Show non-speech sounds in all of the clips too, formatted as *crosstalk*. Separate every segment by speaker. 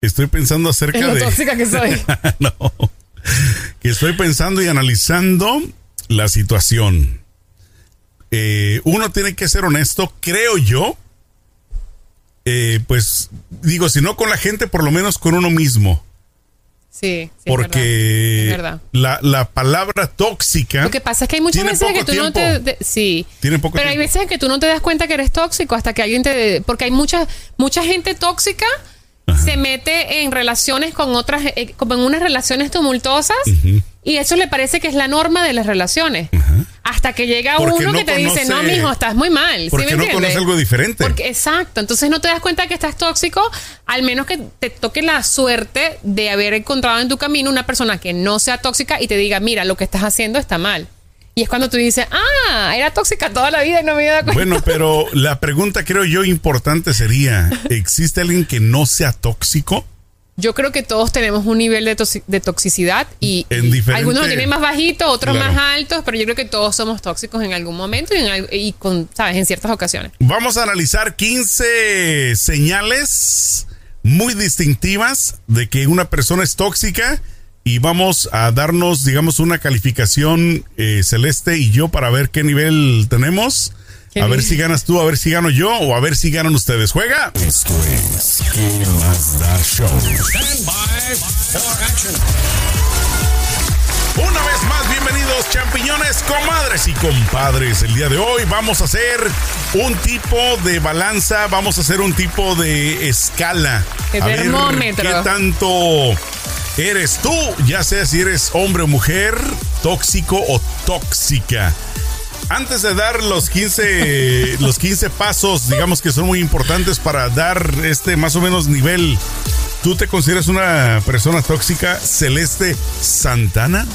Speaker 1: estoy pensando acerca
Speaker 2: En lo
Speaker 1: de.
Speaker 2: tóxica que *laughs* soy.
Speaker 1: *laughs* no. Que estoy pensando y analizando la situación. Eh, uno tiene que ser honesto, creo yo. Eh, pues digo, si no con la gente, por lo menos con uno mismo.
Speaker 2: Sí, sí, es
Speaker 1: porque
Speaker 2: verdad, es verdad.
Speaker 1: La, la palabra tóxica.
Speaker 2: Lo que pasa es que hay muchas
Speaker 1: ¿Ah? Tiene
Speaker 2: veces que
Speaker 1: poco
Speaker 2: tú no te,
Speaker 1: tiempo.
Speaker 2: de- sí.
Speaker 1: Tiene poco
Speaker 2: pero hay
Speaker 1: tiempo.
Speaker 2: veces que tú no te das cuenta que eres tóxico hasta que alguien te porque hay mucha mucha gente tóxica se mete en relaciones con otras eh, como en unas relaciones tumultuosas y eso le parece que es la norma de las relaciones. Hasta que llega
Speaker 1: Porque
Speaker 2: uno
Speaker 1: no
Speaker 2: que te dice, "No,
Speaker 1: conoce-
Speaker 2: mijo, estás muy mal." ¿Sí me
Speaker 1: porque no
Speaker 2: entiendes?
Speaker 1: conoce algo diferente.
Speaker 2: Porque, exacto, entonces no te das cuenta que estás tóxico, al menos que te toque la suerte de haber encontrado en tu camino una persona que no sea tóxica y te diga, mira, lo que estás haciendo está mal. Y es cuando tú dices, ah, era tóxica toda la vida y no me había dado cuenta.
Speaker 1: Bueno, pero la pregunta creo yo importante
Speaker 2: *laughs*
Speaker 1: sería, ¿existe alguien que no sea tóxico?
Speaker 2: Yo creo que todos tenemos un nivel de, toxi- de toxicidad y,
Speaker 1: En
Speaker 2: y
Speaker 1: diferente-
Speaker 2: algunos lo tienen más bajito, otros
Speaker 1: Claro.
Speaker 2: más altos, pero yo creo que todos somos tóxicos en algún momento y, en al- y con, sabes, en ciertas ocasiones.
Speaker 1: Vamos a analizar 15 señales muy distintivas de que una persona es tóxica y vamos a darnos, digamos, una calificación eh, celeste y yo para ver qué nivel tenemos.
Speaker 2: Qué
Speaker 1: a ver
Speaker 2: bien.
Speaker 1: si ganas tú, a ver si gano yo o a ver si ganan ustedes. Juega.
Speaker 3: Esto es ¿Qué más da show?
Speaker 1: Una vez más, bienvenidos champiñones, comadres y compadres. El día de hoy vamos a hacer un tipo de balanza, vamos a hacer un tipo de escala.
Speaker 2: De
Speaker 1: A ver
Speaker 2: termómetro.
Speaker 1: ¿Qué tanto eres tú? Ya sea si eres hombre o mujer, tóxico o tóxica. Antes de dar los 15, los 15 pasos, digamos que son muy importantes para dar este más o menos nivel, ¿tú te consideras una persona tóxica celeste Santana?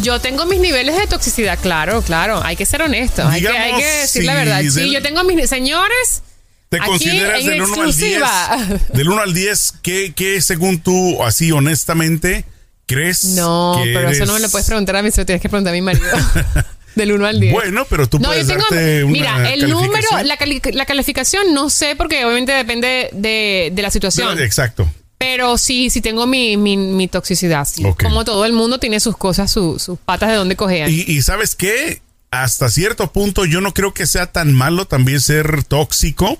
Speaker 2: Yo tengo mis niveles de toxicidad, claro, claro. Hay que ser honesto. Hay que,
Speaker 1: Digamos,
Speaker 2: hay que decir
Speaker 1: sí,
Speaker 2: la verdad. Sí,
Speaker 1: del-
Speaker 2: yo tengo mis. Señores,
Speaker 1: ¿Te
Speaker 2: Aquí,
Speaker 1: consideras
Speaker 2: en
Speaker 1: del 1 al 10?
Speaker 2: exclusiva. *laughs*
Speaker 1: Del 1 al 10, ¿qué, qué según tú, así honestamente, crees?
Speaker 2: no,
Speaker 1: que
Speaker 2: pero eso
Speaker 1: eres?
Speaker 2: no me lo puedes preguntar a mí, se lo tienes que preguntar a
Speaker 1: *laughs*
Speaker 2: mi marido. Del 1 al 10.
Speaker 1: Bueno, pero tú
Speaker 2: No, yo
Speaker 1: puedes
Speaker 2: tengo.
Speaker 1: darte una
Speaker 2: Mira, el número,
Speaker 1: calificación.
Speaker 2: la, cali- la calificación, no sé, porque obviamente depende de, de la situación.
Speaker 1: Exacto.
Speaker 2: Pero sí, sí tengo mi, mi, mi toxicidad. sí.
Speaker 1: Ok.
Speaker 2: Como todo el mundo tiene sus cosas, su- sus patas de donde cojean.
Speaker 1: Y, y ¿sabes qué? Hasta cierto punto yo no creo que sea tan malo también ser tóxico,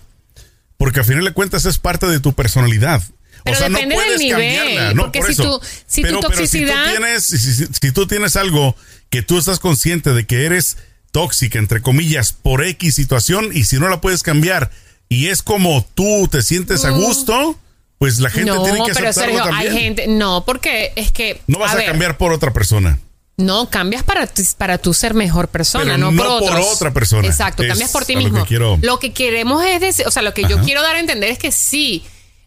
Speaker 1: porque al final de cuentas es parte de tu personalidad.
Speaker 2: Pero
Speaker 1: o sea,
Speaker 2: depende
Speaker 1: no
Speaker 2: del
Speaker 1: puedes
Speaker 2: nivel,
Speaker 1: cambiarla, ¿no?
Speaker 2: porque
Speaker 1: Por
Speaker 2: si
Speaker 1: eso.
Speaker 2: tú- si tu
Speaker 1: pero, pero si tú
Speaker 2: toxicidad-
Speaker 1: tienes, si, si- si tú tienes algo que tú estás consciente de que eres tóxica, entre comillas, por X situación, y si no la puedes cambiar, y es como tú te sientes a
Speaker 2: Mm.
Speaker 1: gusto, pues la gente
Speaker 2: no,
Speaker 1: tiene que aceptarlo
Speaker 2: pero Sergio,
Speaker 1: también.
Speaker 2: hay gente. No, porque es que.
Speaker 1: no vas a,
Speaker 2: ver,
Speaker 1: cambiar por otra persona.
Speaker 2: No, cambias para, ti- para tú ser mejor persona,
Speaker 1: Pero
Speaker 2: no,
Speaker 1: no
Speaker 2: por,
Speaker 1: por
Speaker 2: otros.
Speaker 1: otra persona.
Speaker 2: Exacto,
Speaker 1: Es
Speaker 2: cambias por ti
Speaker 1: a lo que
Speaker 2: mismo.
Speaker 1: quiero-
Speaker 2: queremos es decir, o sea, lo que yo
Speaker 1: Ajá.
Speaker 2: quiero dar a entender es que sí,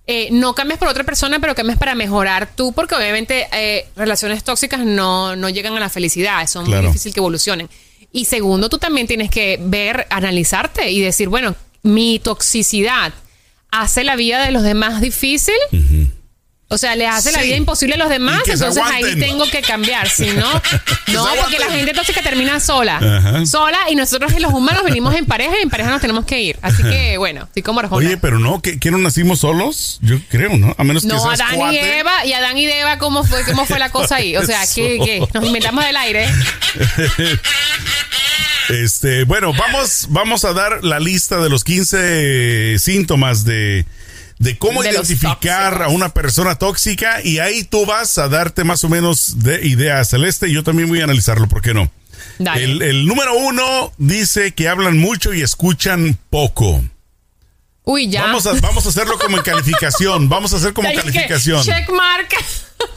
Speaker 2: eh, no cambias por otra persona, pero cambias para mejorar tú, porque obviamente eh, relaciones tóxicas no, no llegan a la felicidad, son
Speaker 1: Claro.
Speaker 2: muy difícil que evolucionen. Y segundo, tú también tienes que ver, analizarte y decir, bueno, mi toxicidad hace la vida de los demás difícil. O sea, les hace la
Speaker 1: Sí.
Speaker 2: vida imposible a los demás,
Speaker 1: Y que se
Speaker 2: entonces ahí
Speaker 1: aguanten.
Speaker 2: tengo que cambiar, si
Speaker 1: *laughs*
Speaker 2: no, no,
Speaker 1: se
Speaker 2: porque la
Speaker 1: aguanten.
Speaker 2: gente tóxica termina sola,
Speaker 1: Ajá.
Speaker 2: sola y nosotros los humanos venimos en pareja y en pareja nos tenemos que ir, así que bueno, estoy como Arjona.
Speaker 1: Oye, pero no, ¿que, que no nacimos solos? Yo creo, ¿no? A menos que
Speaker 2: no,
Speaker 1: seas
Speaker 2: Adán y
Speaker 1: cuate.
Speaker 2: Eva, y Adán y Eva, ¿cómo fue, cómo fue la cosa ahí? O sea, que,
Speaker 1: Eso.
Speaker 2: que nos inventamos del aire.
Speaker 1: Este, bueno, vamos, vamos a dar la lista de los 15 síntomas de, de cómo
Speaker 2: De los
Speaker 1: identificar a
Speaker 2: tóxicos.
Speaker 1: una persona tóxica y ahí tú vas a darte más o menos de idea celeste. Yo también voy a analizarlo, ¿por qué no?
Speaker 2: Dale.
Speaker 1: El, el número uno dice que hablan mucho y escuchan poco.
Speaker 2: Uy, ya.
Speaker 1: Vamos, a, vamos a hacerlo como en calificación. Vamos a hacer como
Speaker 2: Ya dije,
Speaker 1: calificación.
Speaker 2: Check mark. *laughs*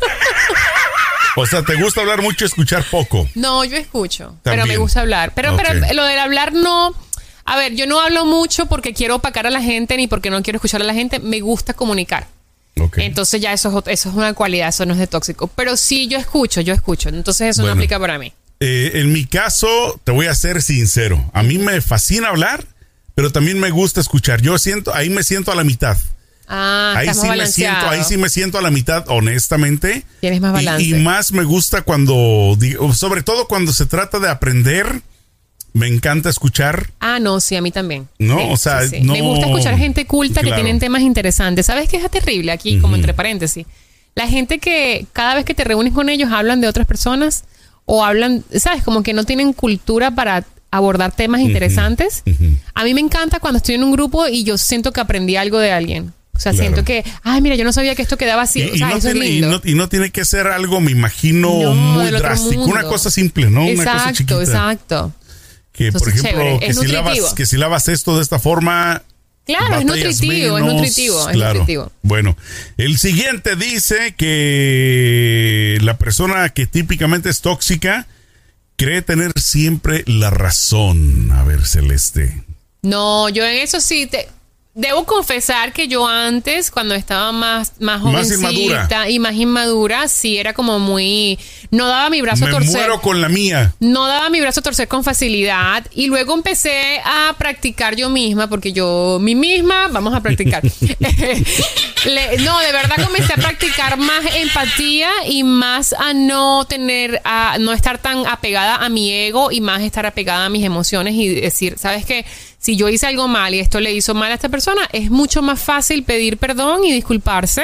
Speaker 1: O sea, te gusta hablar mucho y escuchar poco.
Speaker 2: No, yo escucho, pero me
Speaker 1: También.
Speaker 2: gusta hablar. Pero,
Speaker 1: Ok.
Speaker 2: pero lo del hablar no. A ver, yo no hablo mucho porque quiero opacar a la gente ni porque no quiero escuchar a la gente. Me gusta comunicar.
Speaker 1: Ok.
Speaker 2: Entonces ya eso es, ot- eso es una cualidad, eso no es de tóxico. Pero sí, yo escucho, yo escucho. Entonces eso
Speaker 1: Bueno.
Speaker 2: no aplica para mí.
Speaker 1: Eh, en mi caso, te voy a ser sincero. A mí me fascina hablar, pero también me gusta escuchar. Yo siento, ahí me siento a la mitad.
Speaker 2: Ah,
Speaker 1: ahí
Speaker 2: estás
Speaker 1: sí
Speaker 2: más
Speaker 1: me siento,
Speaker 2: balanceado.
Speaker 1: ahí sí me siento a la mitad, honestamente.
Speaker 2: Tienes más
Speaker 1: Y-
Speaker 2: balance.
Speaker 1: Y, más me gusta cuando, digo, sobre todo cuando se trata de aprender me encanta escuchar,
Speaker 2: Ah, no, sí, a mí también.
Speaker 1: No,
Speaker 2: Sí,
Speaker 1: o sea,
Speaker 2: sí, sí.
Speaker 1: no-
Speaker 2: Me gusta escuchar gente culta
Speaker 1: Claro.
Speaker 2: que tienen temas interesantes. ¿Sabes qué es terrible aquí, como entre paréntesis? La gente que cada vez que te reúnes con ellos hablan de otras personas o hablan, ¿sabes? Como que no tienen cultura para abordar temas interesantes. A mí me encanta cuando estoy en un grupo y yo siento que aprendí algo de alguien. O sea,
Speaker 1: Claro.
Speaker 2: siento que, ay, mira, yo no sabía que esto quedaba así.
Speaker 1: y,
Speaker 2: o
Speaker 1: y
Speaker 2: sea,
Speaker 1: no
Speaker 2: eso es
Speaker 1: tiene, y
Speaker 2: lindo.
Speaker 1: no- y no tiene que ser algo, me imagino,
Speaker 2: No,
Speaker 1: muy
Speaker 2: del otro
Speaker 1: drástico.
Speaker 2: mundo.
Speaker 1: Una cosa simple, ¿no? Una cosa
Speaker 2: Exacto,
Speaker 1: chiquita.
Speaker 2: exacto.
Speaker 1: Que, por
Speaker 2: Entonces,
Speaker 1: ejemplo,
Speaker 2: chévere.
Speaker 1: que
Speaker 2: Es
Speaker 1: si, lavas,
Speaker 2: nutritivo.
Speaker 1: que si lavas esto de esta forma.
Speaker 2: Claro, es
Speaker 1: batallas
Speaker 2: nutritivo, es nutritivo, es nutritivo.
Speaker 1: Bueno, el siguiente dice que la persona que típicamente es tóxica cree tener siempre la razón. A ver, Celeste.
Speaker 2: No, yo en eso sí te debo confesar que yo antes cuando estaba más
Speaker 1: Más
Speaker 2: más jovencita
Speaker 1: inmadura.
Speaker 2: y más inmadura sí era como muy no daba mi brazo
Speaker 1: Me
Speaker 2: a torcer.
Speaker 1: muero con la mía.
Speaker 2: No daba mi brazo a torcer con facilidad y luego empecé a practicar yo misma, porque yo, mí misma, vamos a
Speaker 1: *laughs*
Speaker 2: practicar. *laughs* Le- no, de verdad comencé a practicar más empatía y más a no tener, a no estar tan apegada a mi ego y más estar apegada a mis emociones y decir, ¿sabes qué? Si yo hice algo mal y esto le hizo mal a esta persona, es mucho más fácil pedir perdón y disculparse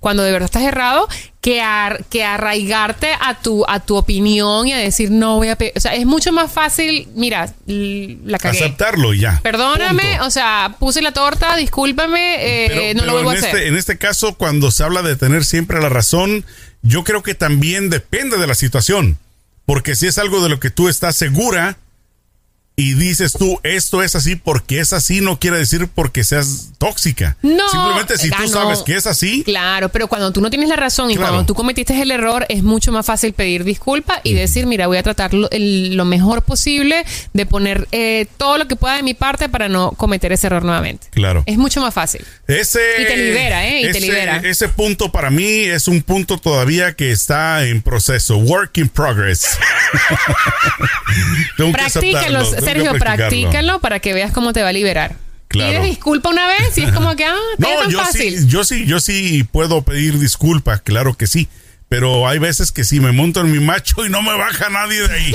Speaker 2: cuando de verdad estás errado, que, ar- que arraigarte a tu, a tu opinión y a decir no voy a pe-". O sea, es mucho más fácil, mira, l- la cagué.
Speaker 1: Aceptarlo y ya.
Speaker 2: Perdóname,
Speaker 1: Punto.
Speaker 2: o sea, puse la torta, discúlpame, eh,
Speaker 1: Pero-
Speaker 2: no
Speaker 1: pero
Speaker 2: lo vuelvo
Speaker 1: en,
Speaker 2: a hacer.
Speaker 1: este, en este caso, cuando se habla de tener siempre la razón, yo creo que también depende de la situación. Porque si es algo de lo que tú estás segura y dices tú, esto es así porque es así, no quiere decir porque seas tóxica.
Speaker 2: No,
Speaker 1: Simplemente si
Speaker 2: ah,
Speaker 1: tú
Speaker 2: no.
Speaker 1: sabes que es así,
Speaker 2: Claro, pero cuando tú no tienes la razón y
Speaker 1: Claro.
Speaker 2: cuando tú cometiste el error, es mucho más fácil pedir disculpa y decir, mira, voy a tratar lo, el- lo mejor posible de poner eh, todo lo que pueda de mi parte para no cometer ese error nuevamente.
Speaker 1: claro.
Speaker 2: Es mucho más fácil.
Speaker 1: Ese,
Speaker 2: eh, Y te libera, ¿eh? Y te
Speaker 1: ese-
Speaker 2: libera.
Speaker 1: Ese punto para mí es un punto todavía que está en proceso, work in progress. *laughs* Tengo que aceptarlo,
Speaker 2: Practícalo,
Speaker 1: tengo que
Speaker 2: Sergio,
Speaker 1: practicarlo.
Speaker 2: practícalo para que veas cómo te va a liberar.
Speaker 1: Claro.
Speaker 2: Pides disculpa una vez y es como que, ah, te era
Speaker 1: No,
Speaker 2: tan
Speaker 1: yo
Speaker 2: fácil.
Speaker 1: sí, yo sí, yo sí puedo pedir disculpas, claro que sí. Pero hay veces que sí me monto en mi macho y no me baja nadie
Speaker 2: *laughs*
Speaker 1: de ahí.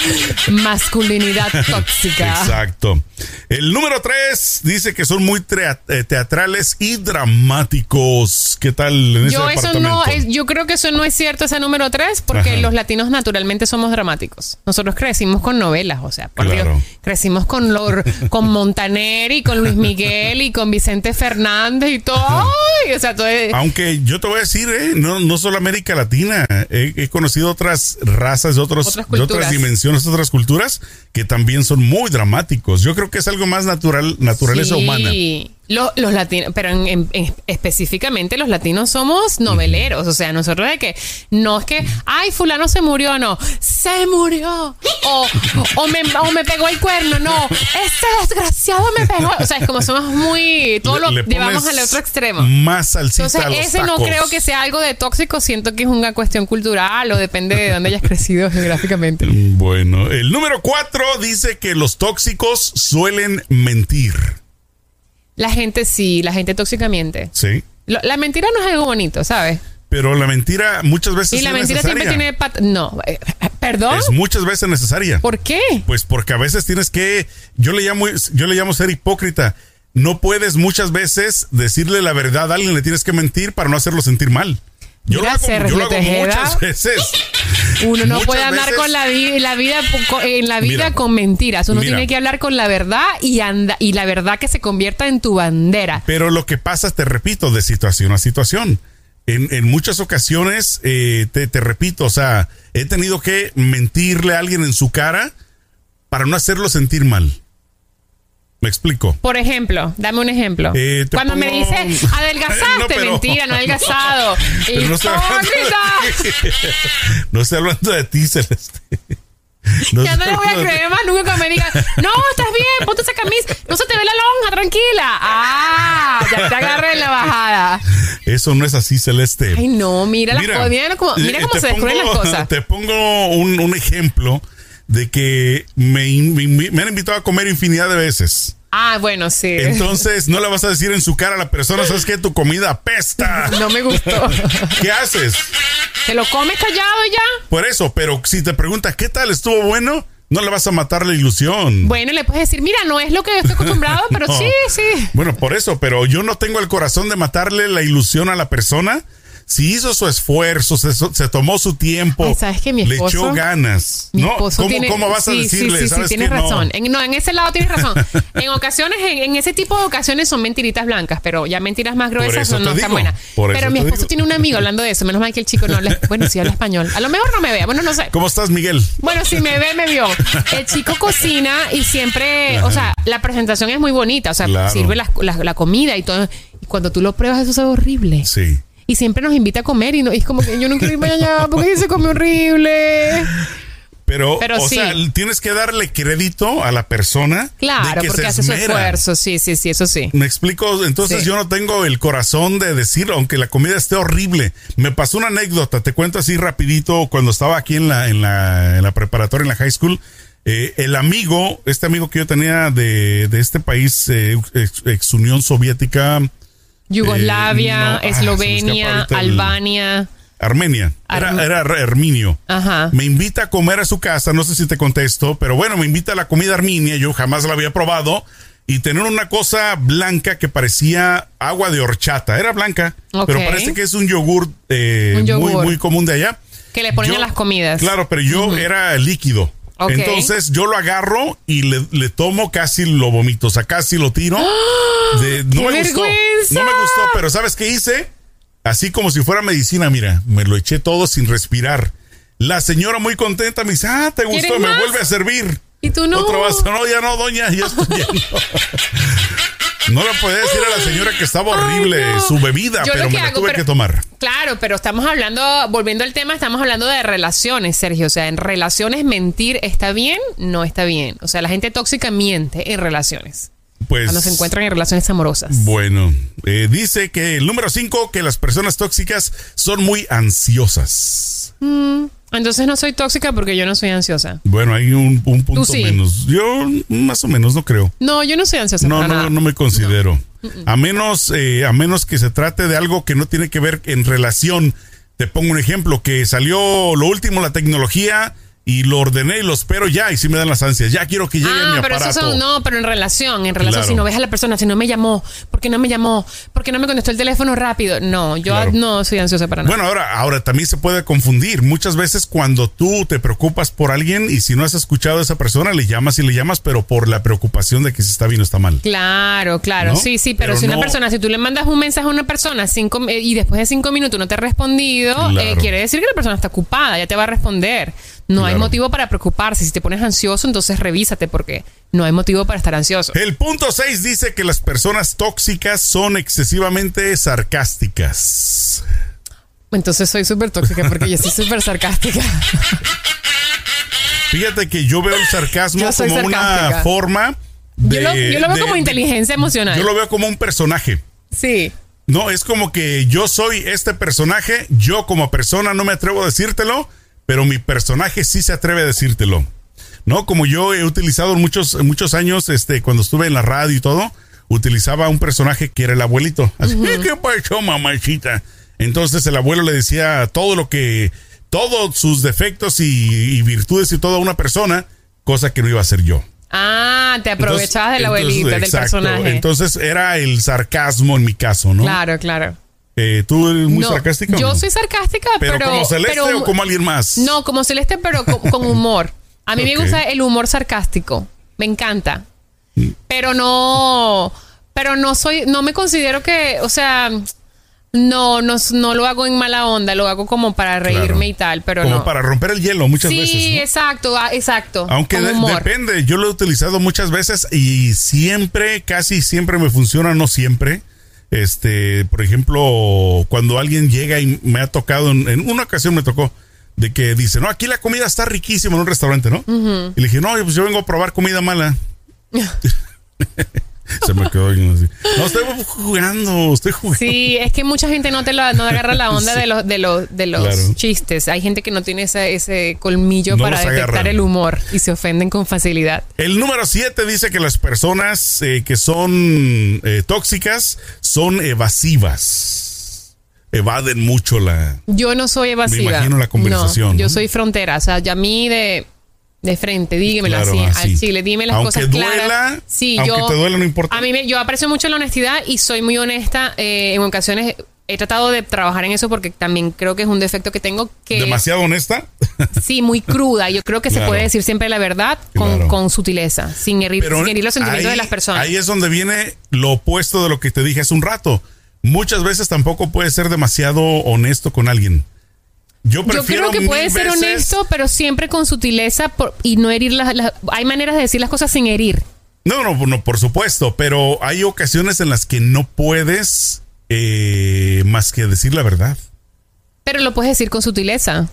Speaker 1: *laughs*
Speaker 2: Masculinidad tóxica.
Speaker 1: Exacto. El número tres dice que son muy trea- eh, teatrales y dramáticos. ¿Qué tal en ese
Speaker 2: Yo eso no,
Speaker 1: departamento?
Speaker 2: es- yo creo que eso no es cierto ese número tres, porque
Speaker 1: Ajá.
Speaker 2: los latinos naturalmente somos dramáticos. Nosotros crecimos con novelas, o sea, por
Speaker 1: Claro.
Speaker 2: Dios, crecimos con Lor-
Speaker 1: *laughs*
Speaker 2: con Montaner y con Luis Miguel y con Vicente Fernández y todo. Ay, o sea, todo es-
Speaker 1: Aunque yo te voy a decir, eh, no, no solo América Latina, he, he conocido otras razas, de otros,
Speaker 2: Otras
Speaker 1: de otras
Speaker 2: culturas.
Speaker 1: dimensiones, otras culturas, que también son muy dramáticos. Yo creo que es algo más natural, naturaleza
Speaker 2: Sí.
Speaker 1: humana.
Speaker 2: Lo- los latinos, pero en- en- en- específicamente los latinos somos noveleros. O sea, nosotros de que no es que, ay, fulano se murió, no, se murió. O, o, me, o me pegó el cuerno, no, este desgraciado me pegó. O sea, es como somos muy, todo lo
Speaker 1: Le- le
Speaker 2: llevamos
Speaker 1: pones
Speaker 2: al otro extremo.
Speaker 1: Más salsita
Speaker 2: Entonces,
Speaker 1: a los
Speaker 2: ese no
Speaker 1: tacos.
Speaker 2: creo que sea algo de tóxico. Siento que es una cuestión cultural o depende de dónde hayas crecido *laughs* geográficamente.
Speaker 1: Bueno, el número cuatro dice que los tóxicos suelen mentir.
Speaker 2: La gente sí, la gente tóxica miente.
Speaker 1: Sí.
Speaker 2: Lo- la mentira no es algo bonito, ¿sabes?
Speaker 1: Pero la mentira muchas veces
Speaker 2: Y la
Speaker 1: es
Speaker 2: mentira siempre
Speaker 1: necesaria.
Speaker 2: tiene pat- No, eh, perdón.
Speaker 1: Es muchas veces necesaria.
Speaker 2: ¿Por qué?
Speaker 1: Pues porque a veces tienes que, yo le llamo, yo le llamo ser hipócrita. No puedes muchas veces decirle la verdad a alguien, le tienes que mentir para no hacerlo sentir mal. Yo
Speaker 2: Mira,
Speaker 1: lo hago, yo
Speaker 2: Sergio
Speaker 1: lo hago
Speaker 2: Tejeda.
Speaker 1: muchas veces.
Speaker 2: Uno no
Speaker 1: Muchas
Speaker 2: puede andar
Speaker 1: veces-
Speaker 2: con la, vi- la vida po- co- en la vida
Speaker 1: Mira.
Speaker 2: con mentiras. Uno
Speaker 1: Mira.
Speaker 2: tiene que hablar con la verdad y anda y la verdad que se convierta en tu bandera.
Speaker 1: Pero lo que pasa, te repito, de situación a situación. En, en muchas ocasiones, eh, te, te repito, o sea, he tenido que mentirle a alguien en su cara para no hacerlo sentir mal. ¿Me explico?
Speaker 2: Por ejemplo, dame un ejemplo.
Speaker 1: Eh, te
Speaker 2: Cuando me
Speaker 1: pongo-
Speaker 2: dice, adelgazaste,
Speaker 1: *laughs* No, pero-
Speaker 2: mentira, no adelgazado.
Speaker 1: *laughs* Pero no estoy hablando de
Speaker 2: ¡Hipócrita!
Speaker 1: No estoy hablando de ti,
Speaker 2: *laughs*
Speaker 1: Celeste. No
Speaker 2: Ya no
Speaker 1: estoy
Speaker 2: le voy a
Speaker 1: hablando de-
Speaker 2: creer más nunca cuando me digan, no, estás bien, ponte esa camisa, no se te ve la lonja, tranquila. Ah, ya te agarré en la bajada.
Speaker 1: Eso no es así, Celeste.
Speaker 2: Ay, no, mira, las cosas, mira cómo, mira
Speaker 1: eh,
Speaker 2: cómo
Speaker 1: te
Speaker 2: se
Speaker 1: pongo-
Speaker 2: descubren las cosas.
Speaker 1: Te pongo un, un ejemplo de que me, in- me in- me han invitado a comer infinidad de veces.
Speaker 2: Ah, bueno, sí.
Speaker 1: Entonces, no le vas a decir en su cara a la persona, ¿sabes qué? Tu comida apesta.
Speaker 2: no
Speaker 1: *laughs*
Speaker 2: me gustó.
Speaker 1: ¿Qué haces?
Speaker 2: ¿Te lo comes callado y ya?
Speaker 1: Por eso, pero si te preguntas, ¿qué tal? ¿Estuvo bueno? No le vas a matar la ilusión.
Speaker 2: Bueno, le puedes decir, mira, no es lo que yo estoy acostumbrado, pero
Speaker 1: No.
Speaker 2: sí, sí.
Speaker 1: Bueno, por eso, pero yo no tengo el corazón de matarle la ilusión a la persona. Si hizo su esfuerzo, se, se tomó su tiempo,
Speaker 2: Ay, ¿sabes qué? Mi
Speaker 1: le
Speaker 2: esposo-
Speaker 1: echó ganas.
Speaker 2: Mi
Speaker 1: ¿no?
Speaker 2: esposo
Speaker 1: ¿Cómo,
Speaker 2: tiene-
Speaker 1: cómo vas a
Speaker 2: sí,
Speaker 1: decirle?
Speaker 2: Sí, sí,
Speaker 1: ¿Sabes
Speaker 2: sí, tienes
Speaker 1: qué? No.
Speaker 2: razón. En, no, en ese lado tienes razón. *laughs* En ocasiones, en, en ese tipo de ocasiones son mentiritas blancas, pero ya mentiras más gruesas
Speaker 1: eso
Speaker 2: no,
Speaker 1: te
Speaker 2: no están
Speaker 1: digo,
Speaker 2: buenas.
Speaker 1: por
Speaker 2: Pero
Speaker 1: eso
Speaker 2: mi
Speaker 1: te
Speaker 2: esposo
Speaker 1: digo.
Speaker 2: tiene un amigo hablando de eso. Menos mal que el chico no habla. Bueno, sí habla español. A lo mejor no me vea. Bueno, no sé.
Speaker 1: ¿Cómo estás, Miguel?
Speaker 2: Bueno, si me ve, me vio. El chico cocina y siempre, o sea, la presentación es muy bonita. O sea,
Speaker 1: Claro.
Speaker 2: sirve las- la, la comida y todo. Y cuando tú lo pruebas, eso es horrible.
Speaker 1: Sí.
Speaker 2: Y siempre nos invita a comer y, no, y es como que yo no quiero irme
Speaker 1: *laughs*
Speaker 2: allá porque se come horrible.
Speaker 1: Pero,
Speaker 2: Pero
Speaker 1: o
Speaker 2: sí.
Speaker 1: sea, tienes que darle crédito a la persona
Speaker 2: Claro,
Speaker 1: de que
Speaker 2: porque
Speaker 1: se
Speaker 2: hace su
Speaker 1: esmera.
Speaker 2: esfuerzo. Sí, sí, sí, eso sí.
Speaker 1: Me explico, entonces
Speaker 2: Sí.
Speaker 1: yo no tengo el corazón de decir, aunque la comida esté horrible. Me pasó una anécdota, te cuento así rapidito, cuando estaba aquí en la, en la, en la preparatoria, en la high school, eh, el amigo, este amigo que yo tenía de, de este país, eh, ex, ex Unión Soviética,
Speaker 2: Yugoslavia,
Speaker 1: Eh, no, ah, se me
Speaker 2: Eslovenia,
Speaker 1: escapa ahorita el-
Speaker 2: Albania.
Speaker 1: Armenia,
Speaker 2: Arme-
Speaker 1: era, era re- arminio.
Speaker 2: Ajá.
Speaker 1: Me invita a comer a su casa, no sé si te contesto, pero bueno, me invita a la comida arminia, yo jamás la había probado, y tener una cosa blanca que parecía agua de horchata, era blanca,
Speaker 2: Ok.
Speaker 1: pero parece que es un yogur, eh,
Speaker 2: Un yogur.
Speaker 1: Muy, muy común de allá.
Speaker 2: Que le ponen a las comidas.
Speaker 1: Claro, pero yo era líquido.
Speaker 2: Ok.
Speaker 1: Entonces yo lo agarro y le, le tomo, casi lo vomito, o sea, casi lo
Speaker 2: *gasps*
Speaker 1: tiro. De- no
Speaker 2: ¡Qué
Speaker 1: me gustó.
Speaker 2: vergüenza!
Speaker 1: No me gustó, pero ¿sabes qué hice? Así como si fuera medicina, mira, me lo eché todo sin respirar. La señora muy contenta me dice, ah, te gustó,
Speaker 2: ¿Quieres
Speaker 1: me
Speaker 2: más?
Speaker 1: vuelve a servir.
Speaker 2: Y tú no.
Speaker 1: Otra vaso, no, ya no, doña, ya
Speaker 2: *laughs*
Speaker 1: estoy lleno. No le podía decir a la señora que estaba
Speaker 2: Ay,
Speaker 1: horrible
Speaker 2: no.
Speaker 1: su bebida,
Speaker 2: Yo lo
Speaker 1: pero
Speaker 2: que
Speaker 1: me la
Speaker 2: hago,
Speaker 1: tuve
Speaker 2: pero-
Speaker 1: que tomar.
Speaker 2: Claro, pero estamos hablando, volviendo al tema, estamos hablando de relaciones, Sergio. O sea, en relaciones mentir está bien, no está bien. O sea, la gente tóxica miente en relaciones.
Speaker 1: Pues
Speaker 2: Cuando se encuentran en relaciones amorosas.
Speaker 1: Bueno, eh, dice que el número 5, que las personas tóxicas son muy ansiosas.
Speaker 2: Mm, Entonces no soy tóxica porque yo no soy ansiosa.
Speaker 1: Bueno, hay un, un punto
Speaker 2: sí.
Speaker 1: menos. Yo más o menos no creo.
Speaker 2: No, yo no soy ansiosa.
Speaker 1: No,
Speaker 2: para
Speaker 1: no,
Speaker 2: nada.
Speaker 1: no me considero. A menos, eh, a menos que se trate de algo que no tiene que ver en relación. Te pongo un ejemplo, que salió lo último, la tecnología, y lo ordené y lo espero ya, y sí me dan las ansias. Ya quiero que llegue
Speaker 2: Ah,
Speaker 1: mi
Speaker 2: pero
Speaker 1: aparato.
Speaker 2: eso son, no, pero en relación, en relación,
Speaker 1: Claro.
Speaker 2: si no ves a la persona, si no me llamó, porque no me llamó, porque no me contestó el teléfono rápido. No, yo
Speaker 1: Claro.
Speaker 2: no soy ansiosa para nada.
Speaker 1: Bueno, ahora, ahora también se puede confundir. Muchas veces cuando tú te preocupas por alguien y si no has escuchado a esa persona, le llamas y le llamas, pero por la preocupación de que si está bien o está mal.
Speaker 2: Claro, claro,
Speaker 1: ¿No?
Speaker 2: sí, sí, pero,
Speaker 1: Pero
Speaker 2: si una
Speaker 1: no-
Speaker 2: persona, si tú le mandas un mensaje a una persona cinco, eh, y después de cinco minutos no te ha respondido,
Speaker 1: Claro.
Speaker 2: eh, quiere decir que la persona está ocupada, ya te va a responder. No hay
Speaker 1: Claro.
Speaker 2: motivo para preocuparse. Si te pones ansioso, entonces revísate porque no hay motivo para estar ansioso.
Speaker 1: El punto 6 dice que las personas tóxicas son excesivamente sarcásticas.
Speaker 2: Entonces soy súper tóxica porque yo soy súper
Speaker 1: *laughs*
Speaker 2: sarcástica.
Speaker 1: Fíjate que yo veo el sarcasmo
Speaker 2: Yo soy
Speaker 1: como una
Speaker 2: sarcástica.
Speaker 1: forma de...
Speaker 2: Yo lo, yo lo veo
Speaker 1: de-
Speaker 2: como
Speaker 1: de-
Speaker 2: inteligencia emocional.
Speaker 1: Yo lo veo como un personaje.
Speaker 2: Sí.
Speaker 1: No, es como que yo soy este personaje, yo como persona no me atrevo a decírtelo, pero mi personaje sí se atreve a decírtelo. No, como yo he utilizado en muchos, en muchos años, este, cuando estuve en la radio y todo, utilizaba un personaje que era el abuelito. Así, "Eh, ¿qué pasó, mamachita? Entonces el abuelo le decía todo lo que, todos sus defectos y, y virtudes y todo a una persona, cosa que no iba a hacer yo.
Speaker 2: Ah, te aprovechabas de la
Speaker 1: Entonces-
Speaker 2: abuelita, del
Speaker 1: exacto.
Speaker 2: personaje.
Speaker 1: Entonces era el sarcasmo en mi caso, ¿no?
Speaker 2: claro, claro.
Speaker 1: Eh, ¿Tú eres muy
Speaker 2: No,
Speaker 1: sarcástica? o
Speaker 2: Yo
Speaker 1: no?
Speaker 2: soy sarcástica,
Speaker 1: pero,
Speaker 2: pero.
Speaker 1: como Celeste
Speaker 2: pero-
Speaker 1: o como alguien más.
Speaker 2: No, como celeste, pero co- con, humor. A mí
Speaker 1: Ok.
Speaker 2: me gusta el humor sarcástico. Me encanta. Pero no. Pero no soy. No me considero que. O sea. No, no, no lo hago en mala onda, lo hago como para
Speaker 1: Claro.
Speaker 2: reírme y tal, pero
Speaker 1: como
Speaker 2: no.
Speaker 1: para romper el hielo muchas
Speaker 2: sí,
Speaker 1: veces. ¿no?
Speaker 2: exacto, ah, exacto.
Speaker 1: Aunque
Speaker 2: con
Speaker 1: de-
Speaker 2: humor.
Speaker 1: depende, yo lo he utilizado muchas veces y siempre, casi siempre me funciona, no siempre. Este, por ejemplo, cuando alguien llega y me ha tocado, en, en una ocasión me tocó, de que dice, no, aquí la comida está riquísima en un restaurante, ¿no? Y le dije, no, pues yo vengo a probar comida
Speaker 2: *laughs*
Speaker 1: mala. Se me quedó alguien así. No, estoy jugando, estoy jugando.
Speaker 2: Sí, es que mucha gente no te la, no agarra la onda de los, de los, de los
Speaker 1: Claro.
Speaker 2: chistes. Hay gente que no tiene ese, ese colmillo
Speaker 1: No
Speaker 2: para
Speaker 1: los
Speaker 2: detectar
Speaker 1: agarran.
Speaker 2: el humor y se ofenden con facilidad.
Speaker 1: El número 7 dice que las personas eh, que son eh, tóxicas son evasivas. Evaden mucho la...
Speaker 2: Yo no soy evasiva.
Speaker 1: imagino la conversación,
Speaker 2: No,
Speaker 1: ¿no?
Speaker 2: Yo soy frontera. O sea, ya a mí de De frente, dígamelo
Speaker 1: Claro,
Speaker 2: así,
Speaker 1: así.
Speaker 2: al chile, dime las
Speaker 1: Aunque
Speaker 2: cosas claras.
Speaker 1: duela,
Speaker 2: Sí,
Speaker 1: aunque
Speaker 2: yo-
Speaker 1: te duela, no importa.
Speaker 2: A mí me, yo aprecio mucho la honestidad y soy muy honesta. eh, en ocasiones he tratado de trabajar en eso porque también creo que es un defecto que tengo que
Speaker 1: Demasiado
Speaker 2: *laughs*
Speaker 1: honesta.
Speaker 2: sí, muy cruda. Yo creo que se
Speaker 1: Claro.
Speaker 2: puede decir siempre la verdad con,
Speaker 1: Claro.
Speaker 2: con sutileza, sin herir,
Speaker 1: Pero
Speaker 2: sin herir los sentimientos
Speaker 1: ahí-
Speaker 2: de las personas.
Speaker 1: Ahí es donde viene lo opuesto de lo que te dije hace un rato. Muchas veces tampoco puedes ser demasiado honesto con alguien. Yo
Speaker 2: Yo
Speaker 1: prefiero
Speaker 2: creo que
Speaker 1: mil
Speaker 2: puede ser
Speaker 1: veces-
Speaker 2: honesto, pero siempre con sutileza por- y no herir las, las- Hay maneras de decir las cosas sin herir.
Speaker 1: No, no, no, por supuesto, pero hay ocasiones en las que no puedes eh, más que decir la verdad.
Speaker 2: Pero lo puedes decir con sutileza.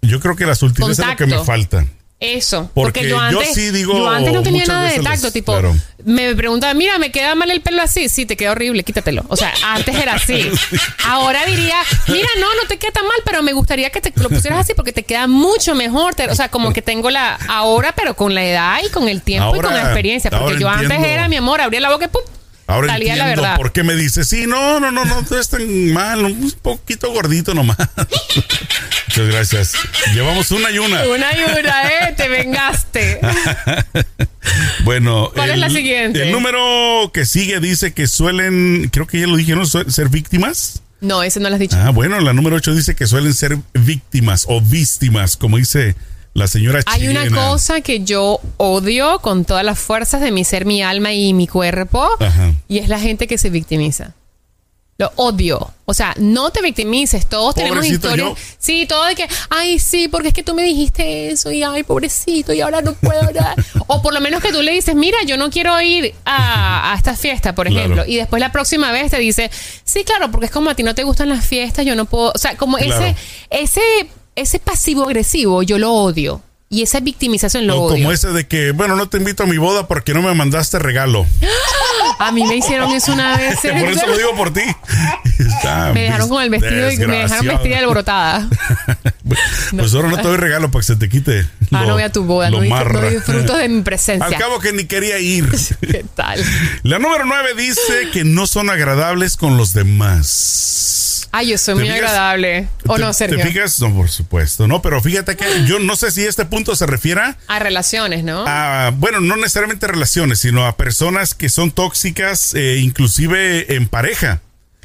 Speaker 1: Yo creo que la sutileza es lo que
Speaker 2: Contacto.
Speaker 1: me falta.
Speaker 2: Eso.
Speaker 1: Porque
Speaker 2: Porque, yo
Speaker 1: yo
Speaker 2: antes.
Speaker 1: sí digo
Speaker 2: yo antes no tenía
Speaker 1: muchas
Speaker 2: nada de
Speaker 1: veces
Speaker 2: tacto.
Speaker 1: los-
Speaker 2: tipo,
Speaker 1: claro.
Speaker 2: me preguntaba, mira, me queda mal el pelo así. Sí, te queda horrible, quítatelo. O sea, antes era
Speaker 1: *laughs*
Speaker 2: así. Ahora diría, mira, no, no te queda tan mal, pero me gustaría que te lo pusieras así porque te queda mucho mejor. Te- o sea, como que tengo la. Ahora, pero con la edad y con el tiempo y con la
Speaker 1: Ahora-
Speaker 2: experiencia.
Speaker 1: ahora
Speaker 2: Porque yo antes
Speaker 1: entiendo.
Speaker 2: era, mi amor, abría la boca y pum.
Speaker 1: Ahora
Speaker 2: salía la
Speaker 1: entiendo
Speaker 2: verdad.
Speaker 1: por qué me dices, sí, no, no, no, no, tú eres tan mal, un poquito gordito nomás. *laughs* Muchas gracias. Llevamos una y una.
Speaker 2: Una y una, eh,
Speaker 1: *laughs*
Speaker 2: te vengaste.
Speaker 1: Bueno,
Speaker 2: ¿Cuál es la siguiente?
Speaker 1: El número que sigue dice que suelen, creo que ya lo dijeron, Suel- ser víctimas.
Speaker 2: No, eso no lo has dicho.
Speaker 1: Ah, bueno, la número 8 dice que suelen ser víctimas o víctimas, como dice la señora
Speaker 2: Hay una
Speaker 1: chilena.
Speaker 2: cosa que yo odio con todas las fuerzas de mi ser, mi alma y mi cuerpo,
Speaker 1: Ajá.
Speaker 2: y es la gente que se victimiza. Lo odio. O sea, no te victimices. Todos tenemos
Speaker 1: Pobrecito
Speaker 2: historias.
Speaker 1: yo.
Speaker 2: Sí, todo de que, ay, sí, porque es que tú me dijiste eso, y ay, pobrecito, y ahora no puedo
Speaker 1: *laughs*
Speaker 2: hablar. o por lo menos que tú le dices, mira, yo no quiero ir a, a esta fiesta, por
Speaker 1: Claro.
Speaker 2: ejemplo. Y después la próxima vez te dice, sí, claro, porque es como a ti no te gustan las fiestas, yo no puedo. O sea, como
Speaker 1: Claro.
Speaker 2: ese, ese, ese pasivo agresivo, yo lo odio. Y esa victimización lo
Speaker 1: O
Speaker 2: odio.
Speaker 1: como ese de que, bueno, no te invito a mi boda porque no me mandaste regalo.
Speaker 2: A mí me hicieron eso
Speaker 1: *laughs*
Speaker 2: una vez.
Speaker 1: Por eso lo digo por ti. *laughs* Está
Speaker 2: me dejaron con el vestido y me dejaron
Speaker 1: desgraciado.
Speaker 2: vestida alborotada.
Speaker 1: *laughs* Pues ahora no te doy regalo para que se te quite.
Speaker 2: Ah,
Speaker 1: lo-
Speaker 2: no voy a tu boda,
Speaker 1: lo
Speaker 2: no, disfr- no
Speaker 1: marra.
Speaker 2: disfruto de mi
Speaker 1: Al
Speaker 2: presencia.
Speaker 1: cabo que ni quería
Speaker 2: *laughs*
Speaker 1: ir.
Speaker 2: ¿Qué tal?
Speaker 1: La número 9 dice que no son agradables con los demás.
Speaker 2: Ay, yo soy
Speaker 1: ¿Te
Speaker 2: muy
Speaker 1: fijas?
Speaker 2: agradable. ¿O
Speaker 1: ¿Te-
Speaker 2: no,
Speaker 1: ¿Te
Speaker 2: Sergio?
Speaker 1: fijas? No, por supuesto, ¿no? Pero fíjate que yo no sé si este punto se refiera
Speaker 2: A relaciones, ¿no?
Speaker 1: a, bueno, no necesariamente relaciones, sino a personas que son tóxicas, eh, inclusive en pareja.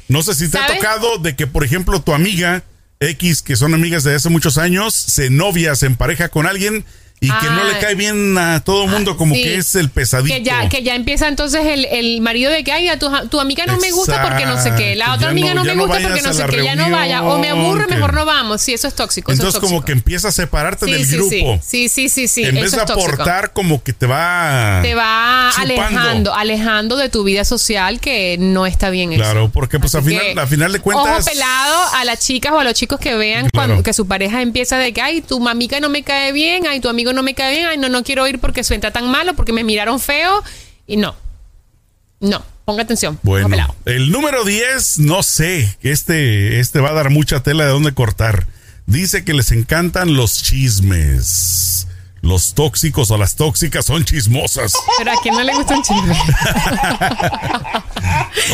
Speaker 1: No sé si te ha
Speaker 2: ¿Sabes?
Speaker 1: tocado de que, por ejemplo, tu amiga X, que son amigas de hace muchos años, se novias en pareja con alguien y que no le
Speaker 2: Ay.
Speaker 1: cae bien a todo mundo, como
Speaker 2: Ah. Sí.
Speaker 1: que es el pesadito.
Speaker 2: Que ya, que ya empieza entonces el, el marido de que, ay, a tu, tu amiga no me gusta porque no sé qué, la
Speaker 1: Exacto.
Speaker 2: otra
Speaker 1: Ya
Speaker 2: amiga
Speaker 1: no-
Speaker 2: no,
Speaker 1: ya
Speaker 2: me
Speaker 1: no
Speaker 2: gusta
Speaker 1: vayas
Speaker 2: porque
Speaker 1: a
Speaker 2: no sé
Speaker 1: la
Speaker 2: qué, ya no
Speaker 1: reunión,
Speaker 2: vaya, o me aburre,
Speaker 1: que-
Speaker 2: mejor no vamos. Sí, eso es tóxico. eso es
Speaker 1: Entonces, como que
Speaker 2: tóxico.
Speaker 1: empiezas a separarte
Speaker 2: Sí,
Speaker 1: del
Speaker 2: sí,
Speaker 1: grupo.
Speaker 2: Sí, sí, sí, sí. sí,
Speaker 1: en vez
Speaker 2: eso
Speaker 1: de
Speaker 2: es tóxico.
Speaker 1: aportar, como que te va.
Speaker 2: Te va
Speaker 1: chupando.
Speaker 2: alejando, alejando de tu vida social que no está bien eso.
Speaker 1: Claro, porque pues al
Speaker 2: Así
Speaker 1: final,
Speaker 2: que,
Speaker 1: a final de cuentas.
Speaker 2: Ojo pelado a las chicas o a los chicos que vean
Speaker 1: Claro.
Speaker 2: cuando, que su pareja empieza de que, ay, tu mamica no me cae bien, ay, tu amigo no me cae bien, ay, no, no quiero ir porque suena tan malo, porque me miraron feo. Y no. No. Ponga atención. ojo
Speaker 1: Bueno,
Speaker 2: pelado.
Speaker 1: el número 10, no sé, este, este va a dar mucha tela de dónde cortar. Dice que les encantan los chismes. Los tóxicos o las tóxicas son chismosas.
Speaker 2: Pero a quién no le gusta
Speaker 1: *laughs*
Speaker 2: un chisme.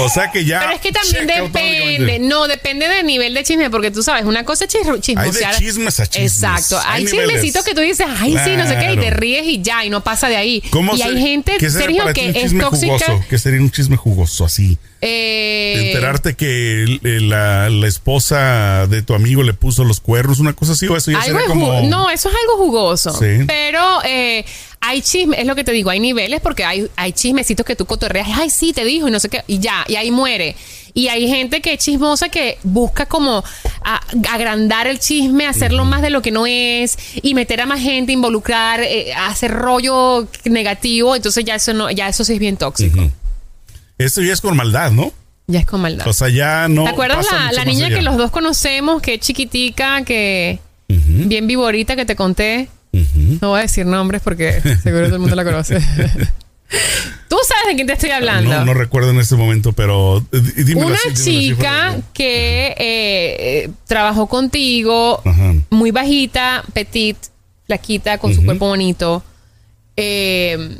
Speaker 1: O sea que ya.
Speaker 2: Pero es que también
Speaker 1: checa
Speaker 2: depende.
Speaker 1: automáticamente.
Speaker 2: No, depende del nivel de chisme, porque tú sabes, una cosa es chismo-
Speaker 1: Hay
Speaker 2: chismosear.
Speaker 1: de chismes a chismes.
Speaker 2: Exacto. Hay,
Speaker 1: niveles.
Speaker 2: chismecitos que tú dices, ay, sí, no sé qué, y te
Speaker 1: Claro.
Speaker 2: ríes y ya, y no pasa de ahí.
Speaker 1: ¿Cómo
Speaker 2: y
Speaker 1: se-
Speaker 2: hay gente,
Speaker 1: qué sería
Speaker 2: Sergio,
Speaker 1: para ti
Speaker 2: que
Speaker 1: un
Speaker 2: es
Speaker 1: chisme
Speaker 2: tóxica.
Speaker 1: Jugoso? ¿Qué sería un chisme jugoso así?
Speaker 2: eh,
Speaker 1: Enterarte que el- el- la, la esposa de tu amigo le puso los cuernos, una cosa así, o eso ya
Speaker 2: algo
Speaker 1: sería
Speaker 2: es
Speaker 1: como.
Speaker 2: ju- No, eso es algo jugoso.
Speaker 1: Sí.
Speaker 2: Pero eh, hay chisme, es lo que te digo, hay niveles porque hay, hay chismecitos que tú cotorreas, ay, sí, te dijo y no sé qué, y ya, y ahí muere. Y hay gente que es chismosa que busca como a- agrandar el chisme, hacerlo más de lo que no es y meter a más gente, involucrar, eh, hacer rollo negativo. Entonces ya eso no, ya eso sí es bien tóxico.
Speaker 1: Eso ya es con maldad, ¿no?
Speaker 2: Ya es con maldad.
Speaker 1: O sea, ya no.
Speaker 2: ¿Te acuerdas
Speaker 1: pasa
Speaker 2: la,
Speaker 1: mucho
Speaker 2: la
Speaker 1: más
Speaker 2: niña
Speaker 1: allá.
Speaker 2: que los dos conocemos, que es chiquitica, que bien viborita, que te conté? No voy a decir nombres porque seguro todo el mundo
Speaker 1: *laughs*
Speaker 2: la conoce. Tú sabes de quién te estoy hablando.
Speaker 1: No, no recuerdo en este momento, pero eh, di- dímelo
Speaker 2: Una
Speaker 1: así, dímelo así,
Speaker 2: chica
Speaker 1: porque-
Speaker 2: que eh, eh, trabajó contigo,
Speaker 1: Ajá.
Speaker 2: muy bajita, petit, flaquita, con su cuerpo bonito, eh,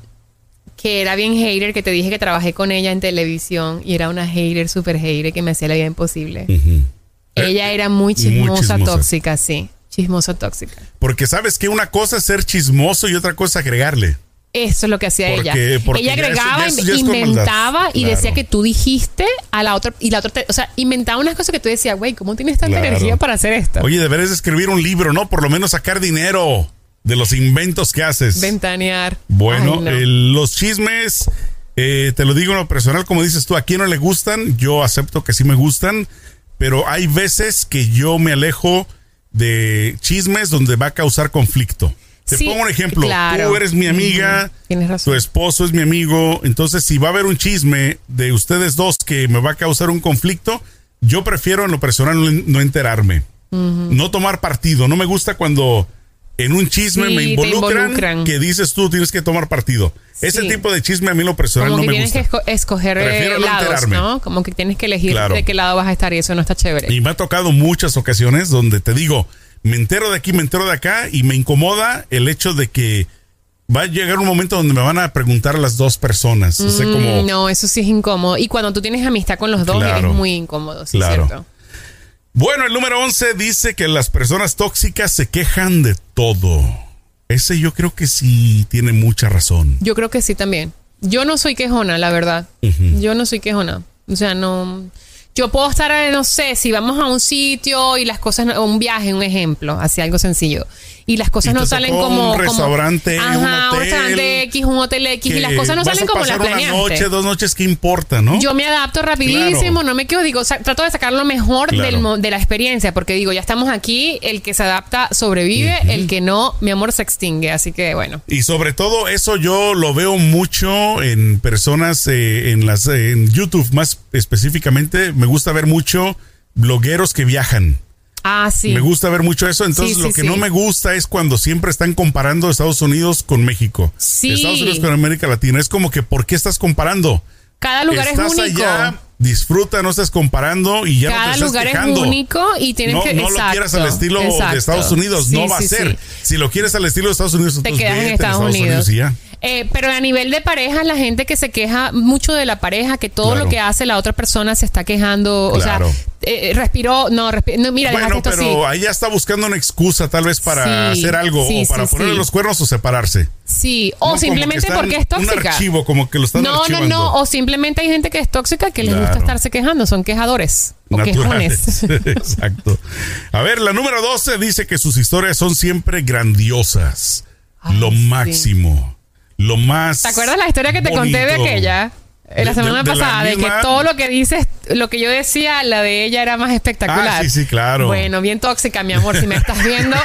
Speaker 2: que era bien hater, que te dije que trabajé con ella en televisión y era una hater, super hater, que me hacía la vida imposible.
Speaker 1: Ujú.
Speaker 2: Ella era
Speaker 1: Mm.
Speaker 2: muy
Speaker 1: muy
Speaker 2: chismosa,
Speaker 1: chismosa.
Speaker 2: tóxica, sí. Chismosa tóxica.
Speaker 1: Porque sabes que una cosa es ser chismoso y otra cosa es agregarle.
Speaker 2: Eso es lo que hacía
Speaker 1: Porque-
Speaker 2: ella.
Speaker 1: porque
Speaker 2: ella
Speaker 1: ya
Speaker 2: agregaba,
Speaker 1: eso- ya eso ya es con
Speaker 2: inventaba
Speaker 1: maldad.
Speaker 2: y
Speaker 1: Claro.
Speaker 2: decía que tú dijiste a la otra y la otra, te- o sea, inventaba unas cosas que tú decías, güey, ¿cómo tienes tanta
Speaker 1: Claro.
Speaker 2: energía para hacer esto?
Speaker 1: Oye, deberías escribir un libro, ¿no? Por lo menos sacar dinero de los inventos que haces.
Speaker 2: Ventanear.
Speaker 1: Bueno,
Speaker 2: Ay, no.
Speaker 1: eh, los chismes, eh, te lo digo en lo personal, como dices tú, a quién no le gustan, yo acepto que sí me gustan, pero hay veces que yo me alejo de chismes donde va a causar conflicto. Te
Speaker 2: Sí,
Speaker 1: pongo un ejemplo,
Speaker 2: claro.
Speaker 1: tú eres mi amiga,
Speaker 2: Ujú, tienes razón.
Speaker 1: tu esposo es mi amigo, entonces si va a haber un chisme de ustedes dos que me va a causar un conflicto, yo prefiero en lo personal no- no enterarme, no tomar partido, no me gusta cuando en un chisme
Speaker 2: Sí,
Speaker 1: me
Speaker 2: te
Speaker 1: involucran,
Speaker 2: involucran.
Speaker 1: que dices tú tienes que tomar partido. Ese
Speaker 2: Sí.
Speaker 1: tipo de chisme a mí en lo personal
Speaker 2: como
Speaker 1: no
Speaker 2: que
Speaker 1: me
Speaker 2: tienes
Speaker 1: gusta.
Speaker 2: que esco- escoger eh,
Speaker 1: Prefiero no
Speaker 2: lados,
Speaker 1: enterarme.
Speaker 2: ¿no? Como que tienes que elegir
Speaker 1: Claro.
Speaker 2: de qué lado vas a estar y eso no está chévere.
Speaker 1: Y me ha tocado muchas ocasiones donde te digo, me entero de aquí, me entero de acá y me incomoda el hecho de que va a llegar un momento donde me van a preguntar las dos personas. O sea,
Speaker 2: Mm,
Speaker 1: como,
Speaker 2: No, eso sí es incómodo. Y cuando tú tienes amistad con los dos,
Speaker 1: Claro.
Speaker 2: es muy incómodo, sí,
Speaker 1: Claro.
Speaker 2: cierto.
Speaker 1: Bueno, el número 11 dice que las personas tóxicas se quejan de todo. Ese yo creo que sí tiene mucha razón.
Speaker 2: Yo creo que sí también. Yo no soy quejona, la verdad. Yo no soy quejona. O sea, no. Yo puedo estar, eh, no sé, si vamos a un sitio y las cosas, no- un viaje, un ejemplo, así algo sencillo. Y las cosas
Speaker 1: Y te
Speaker 2: no salen
Speaker 1: tocó
Speaker 2: como.
Speaker 1: un
Speaker 2: como-
Speaker 1: restaurante, un
Speaker 2: Ajá,
Speaker 1: hotel,
Speaker 2: restaurante X, un hotel X. Y las
Speaker 1: Que
Speaker 2: cosas no
Speaker 1: vas
Speaker 2: salen
Speaker 1: a
Speaker 2: como las
Speaker 1: pasar
Speaker 2: planeaste.
Speaker 1: Una noche, dos noches, ¿qué importa, no?
Speaker 2: Yo me adapto rapidísimo,
Speaker 1: Claro.
Speaker 2: no me quedo, digo, sa- trato de sacar lo mejor
Speaker 1: Claro.
Speaker 2: del mo- de la experiencia, porque digo, ya estamos aquí, el que se adapta sobrevive, el que no, mi amor se extingue, así que bueno.
Speaker 1: Y sobre todo eso yo lo veo mucho en personas eh, en las eh, en YouTube más específicamente me gusta ver mucho blogueros que viajan.
Speaker 2: Ah, sí.
Speaker 1: Me gusta ver mucho eso, entonces
Speaker 2: Sí, sí,
Speaker 1: lo que
Speaker 2: sí.
Speaker 1: no me gusta es cuando siempre están comparando Estados Unidos con México.
Speaker 2: Sí.
Speaker 1: Estados Unidos con América Latina, es como que ¿por qué estás comparando?
Speaker 2: Cada lugar
Speaker 1: estás
Speaker 2: es único.
Speaker 1: allá, disfruta, no estás comparando y ya no te
Speaker 2: Cada
Speaker 1: estás
Speaker 2: lugar
Speaker 1: quejando.
Speaker 2: es único y tienes
Speaker 1: no,
Speaker 2: que
Speaker 1: no lo quieras al
Speaker 2: exacto,
Speaker 1: estilo
Speaker 2: exacto.
Speaker 1: de Estados Unidos,
Speaker 2: Sí,
Speaker 1: no va
Speaker 2: sí,
Speaker 1: a ser.
Speaker 2: sí.
Speaker 1: Si lo quieres al estilo de Estados Unidos,
Speaker 2: te
Speaker 1: entonces
Speaker 2: quedas en
Speaker 1: vete
Speaker 2: Estados, Unidos.
Speaker 1: y ya.
Speaker 2: Eh, pero a nivel de pareja, la gente que se queja mucho de la pareja, que todo
Speaker 1: Claro.
Speaker 2: lo que hace la otra persona se está quejando,
Speaker 1: Claro.
Speaker 2: o sea, eh, respiró, no, respi- no, mira,
Speaker 1: Bueno,
Speaker 2: dejaste
Speaker 1: pero
Speaker 2: esto así.
Speaker 1: ahí ya está buscando una excusa tal vez para
Speaker 2: Sí,
Speaker 1: hacer algo
Speaker 2: sí,
Speaker 1: o para
Speaker 2: sí,
Speaker 1: ponerle
Speaker 2: sí.
Speaker 1: los cuernos o separarse.
Speaker 2: Sí, o
Speaker 1: No, como
Speaker 2: simplemente
Speaker 1: que están
Speaker 2: porque es
Speaker 1: Un
Speaker 2: tóxica.
Speaker 1: archivo como que lo están
Speaker 2: No, no,
Speaker 1: archivando.
Speaker 2: no, o simplemente hay gente que es tóxica que les gusta
Speaker 1: Claro.
Speaker 2: estarse quejando, son quejadores o
Speaker 1: Naturales. *laughs*
Speaker 2: quejones.
Speaker 1: Exacto. A ver, la número 12 dice que sus historias son siempre grandiosas.
Speaker 2: Ay,
Speaker 1: lo
Speaker 2: sí.
Speaker 1: máximo. Lo más.
Speaker 2: ¿Te acuerdas la historia que te conté de
Speaker 1: bonito. Ah,
Speaker 2: aquella?
Speaker 1: De-
Speaker 2: Eh, La
Speaker 1: de-
Speaker 2: semana
Speaker 1: de la
Speaker 2: pasada, de,
Speaker 1: misma-
Speaker 2: que todo lo que dices, lo que yo decía, la de ella era más espectacular.
Speaker 1: Ah, sí, sí, claro.
Speaker 2: Bueno, bien tóxica, mi amor, si me estás
Speaker 1: *laughs*
Speaker 2: viendo.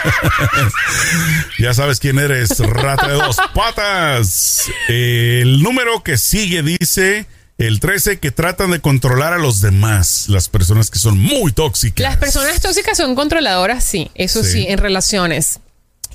Speaker 1: Ya sabes quién eres, rata de dos patas. El número que sigue dice el 13 que tratan de controlar a los demás, las personas que son muy tóxicas.
Speaker 2: Las personas tóxicas son controladoras, sí, eso sí,
Speaker 1: Sí.
Speaker 2: en relaciones.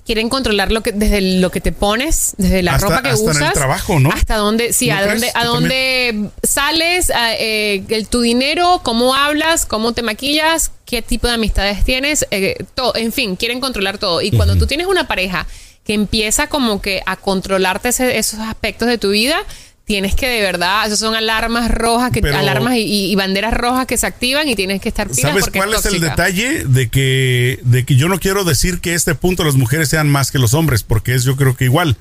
Speaker 2: Quieren controlar lo que, desde lo que te pones, desde la
Speaker 1: Hasta-
Speaker 2: ropa que
Speaker 1: hasta en el
Speaker 2: usas.
Speaker 1: trabajo, ¿no?
Speaker 2: Hasta dónde, sí,
Speaker 1: ¿No
Speaker 2: a
Speaker 1: crees?
Speaker 2: dónde, a
Speaker 1: Yo
Speaker 2: dónde sales, a, eh, el- tu dinero, cómo hablas, cómo te maquillas, qué tipo de amistades tienes, eh, todo, en fin, quieren controlar todo. Y cuando tú tienes una pareja que empieza como que a controlarte ese- esos aspectos de tu vida, tienes que de verdad, esos son alarmas rojas, que,
Speaker 1: Pero-
Speaker 2: alarmas y- y, y banderas rojas que se activan y tienes que estar pilas
Speaker 1: ¿Sabes
Speaker 2: porque
Speaker 1: cuál es, el
Speaker 2: tóxica.
Speaker 1: detalle de que, de que yo no quiero decir que a este punto las mujeres sean más que los hombres, porque es yo creo que igual,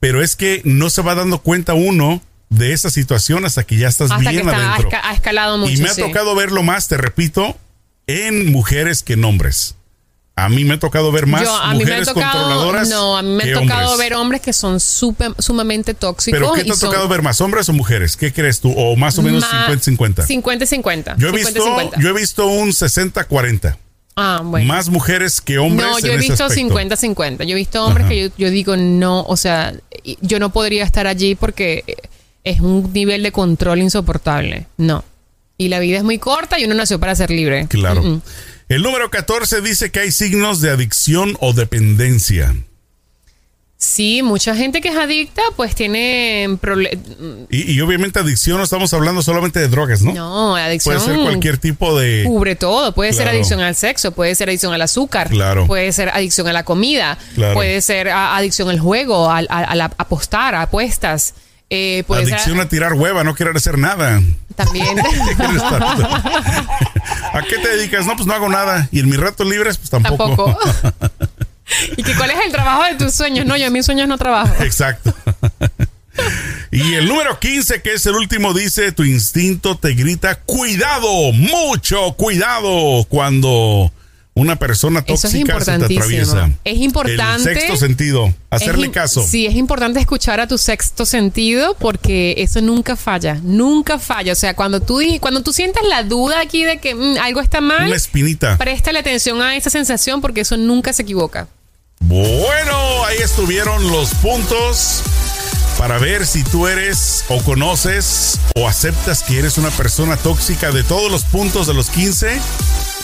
Speaker 1: pero es que no se va dando cuenta uno de esa situación hasta que ya estás
Speaker 2: Hasta que
Speaker 1: bien
Speaker 2: está, ha,
Speaker 1: adentro.
Speaker 2: esca- ha escalado mucho.
Speaker 1: y me ha
Speaker 2: sí.
Speaker 1: tocado verlo más, te repito, en mujeres que en hombres. A mí me ha tocado ver más
Speaker 2: Yo- a mí me ha
Speaker 1: mujeres
Speaker 2: tocado,
Speaker 1: controladoras.
Speaker 2: no, a mí me
Speaker 1: que
Speaker 2: ha tocado
Speaker 1: hombres.
Speaker 2: ver hombres que son súper- sumamente tóxicos.
Speaker 1: ¿Pero qué te
Speaker 2: y
Speaker 1: ha
Speaker 2: son
Speaker 1: tocado ver más, hombres o mujeres? ¿Qué crees tú? O más o menos
Speaker 2: ma-
Speaker 1: 50-50.
Speaker 2: 50-50.
Speaker 1: Yo he visto,
Speaker 2: 50-50.
Speaker 1: yo he visto un 60-40.
Speaker 2: ah, bueno.
Speaker 1: Más mujeres que hombres.
Speaker 2: No,
Speaker 1: en
Speaker 2: yo he
Speaker 1: ese
Speaker 2: visto
Speaker 1: aspecto.
Speaker 2: 50-50. Yo he visto hombres
Speaker 1: Ajá.
Speaker 2: que yo, yo digo, no, o sea, y- yo no podría estar allí porque eh, es un nivel de control insoportable. No. Y la vida es muy corta y uno nació para ser libre.
Speaker 1: Claro.
Speaker 2: Mm, mm.
Speaker 1: El número 14 dice que hay signos de adicción o dependencia.
Speaker 2: Sí, mucha gente que es adicta, pues tiene problemas.
Speaker 1: Y, y obviamente adicción no estamos hablando solamente de drogas, ¿no?
Speaker 2: No, Uh, la adicción
Speaker 1: Puede ser cualquier tipo de...
Speaker 2: cubre todo. Puede ser
Speaker 1: Claro.
Speaker 2: adicción al sexo, puede ser adicción al azúcar,
Speaker 1: Claro.
Speaker 2: puede ser adicción a la comida,
Speaker 1: Claro.
Speaker 2: puede ser a- adicción al juego, al- a, a la- apostar, a apuestas. Eh, puede ser-
Speaker 1: Adicción a tirar hueva, no querer hacer
Speaker 2: *laughs*
Speaker 1: nada. *laughs*
Speaker 2: también.
Speaker 1: Quieres estar- ¿A qué te dedicas? No, pues no hago nada. Y en mis ratos libres, pues tampoco.
Speaker 2: *laughs* Tampoco. *laughs*
Speaker 1: *laughs*
Speaker 2: ¿Y que cuál es el trabajo de tus sueños? No, yo en mis sueños no trabajo.
Speaker 1: Exacto. Y el número 15, que es el último, dice, tu instinto te grita, cuidado, mucho cuidado cuando una persona
Speaker 2: Eso es
Speaker 1: tóxica se te
Speaker 2: importantísimo.
Speaker 1: atraviesa.
Speaker 2: Es importante-
Speaker 1: El sexto sentido, hacerle
Speaker 2: Es im-
Speaker 1: caso.
Speaker 2: Sí, es importante escuchar a tu sexto sentido porque eso nunca falla, nunca falla. O sea, cuando tú, di- cuando tú sientas la duda aquí de que mm, algo está mal,
Speaker 1: Una espinita.
Speaker 2: préstale atención a esa sensación porque eso nunca se equivoca.
Speaker 1: Bueno, ahí estuvieron los puntos para ver si tú eres o conoces o aceptas que eres una persona tóxica de todos los puntos de los 15.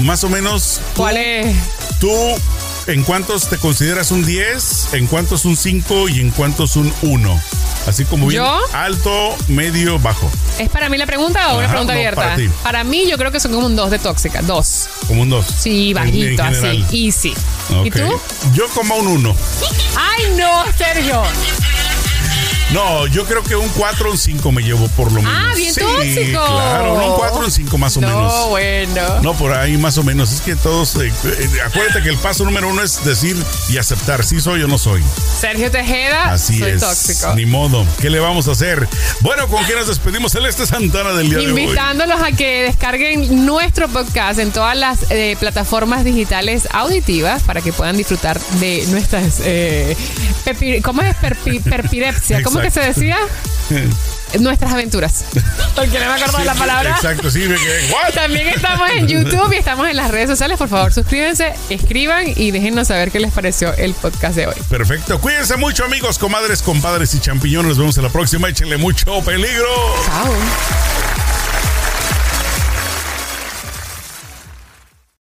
Speaker 1: Más o menos, tú-
Speaker 2: ¿Cuál es?
Speaker 1: ¿Tú en cuántos te consideras un 10? ¿En cuántos un 5? ¿Y en cuántos un 1? Así como bien
Speaker 2: ¿Yo?
Speaker 1: alto, medio, bajo.
Speaker 2: ¿Es para mí la pregunta o una
Speaker 1: Ajá,
Speaker 2: pregunta
Speaker 1: no,
Speaker 2: abierta?
Speaker 1: para ti.
Speaker 2: mí yo creo que son como un 2 de tóxica, dos.
Speaker 1: Como un 2.
Speaker 2: Sí, bajito, así, easy. ¿Y tú?
Speaker 1: Yo como un 1.
Speaker 2: ¡Ay, no, Sergio!
Speaker 1: No, yo creo que un 4 un 5 me llevo por lo menos.
Speaker 2: ¡Ah, bien
Speaker 1: Sí,
Speaker 2: tóxico!
Speaker 1: Claro, no, un 4 un 5 más o
Speaker 2: no,
Speaker 1: menos.
Speaker 2: bueno.
Speaker 1: No, por ahí más o menos. Es que todos. eh, eh, acuérdate que el paso número uno es decir y aceptar si soy o no soy.
Speaker 2: Sergio Tejeda,
Speaker 1: Así
Speaker 2: soy
Speaker 1: es.
Speaker 2: tóxico.
Speaker 1: Ni modo. ¿Qué le vamos a hacer? Bueno, ¿con quién nos despedimos? Celeste Santana del día de hoy.
Speaker 2: Invitándolos a que descarguen nuestro podcast en todas las eh, plataformas digitales auditivas para que puedan disfrutar de nuestras. eh, perpi- ¿Cómo es Perpi- perpirepsia? ¿Cómo que se
Speaker 1: Exacto.
Speaker 2: decía? Nuestras aventuras. Porque no me acuerdo de la
Speaker 1: Sí,
Speaker 2: palabra.
Speaker 1: Exacto, sí, me
Speaker 2: *laughs*
Speaker 1: quedé. ¿What?
Speaker 2: También estamos en YouTube y estamos en las redes sociales. Por favor, suscríbanse, escriban y déjennos saber qué les pareció el podcast de hoy.
Speaker 1: Perfecto. Cuídense mucho, amigos, comadres, compadres y champiñones. Nos vemos en la próxima. Échenle mucho peligro.
Speaker 2: Chao.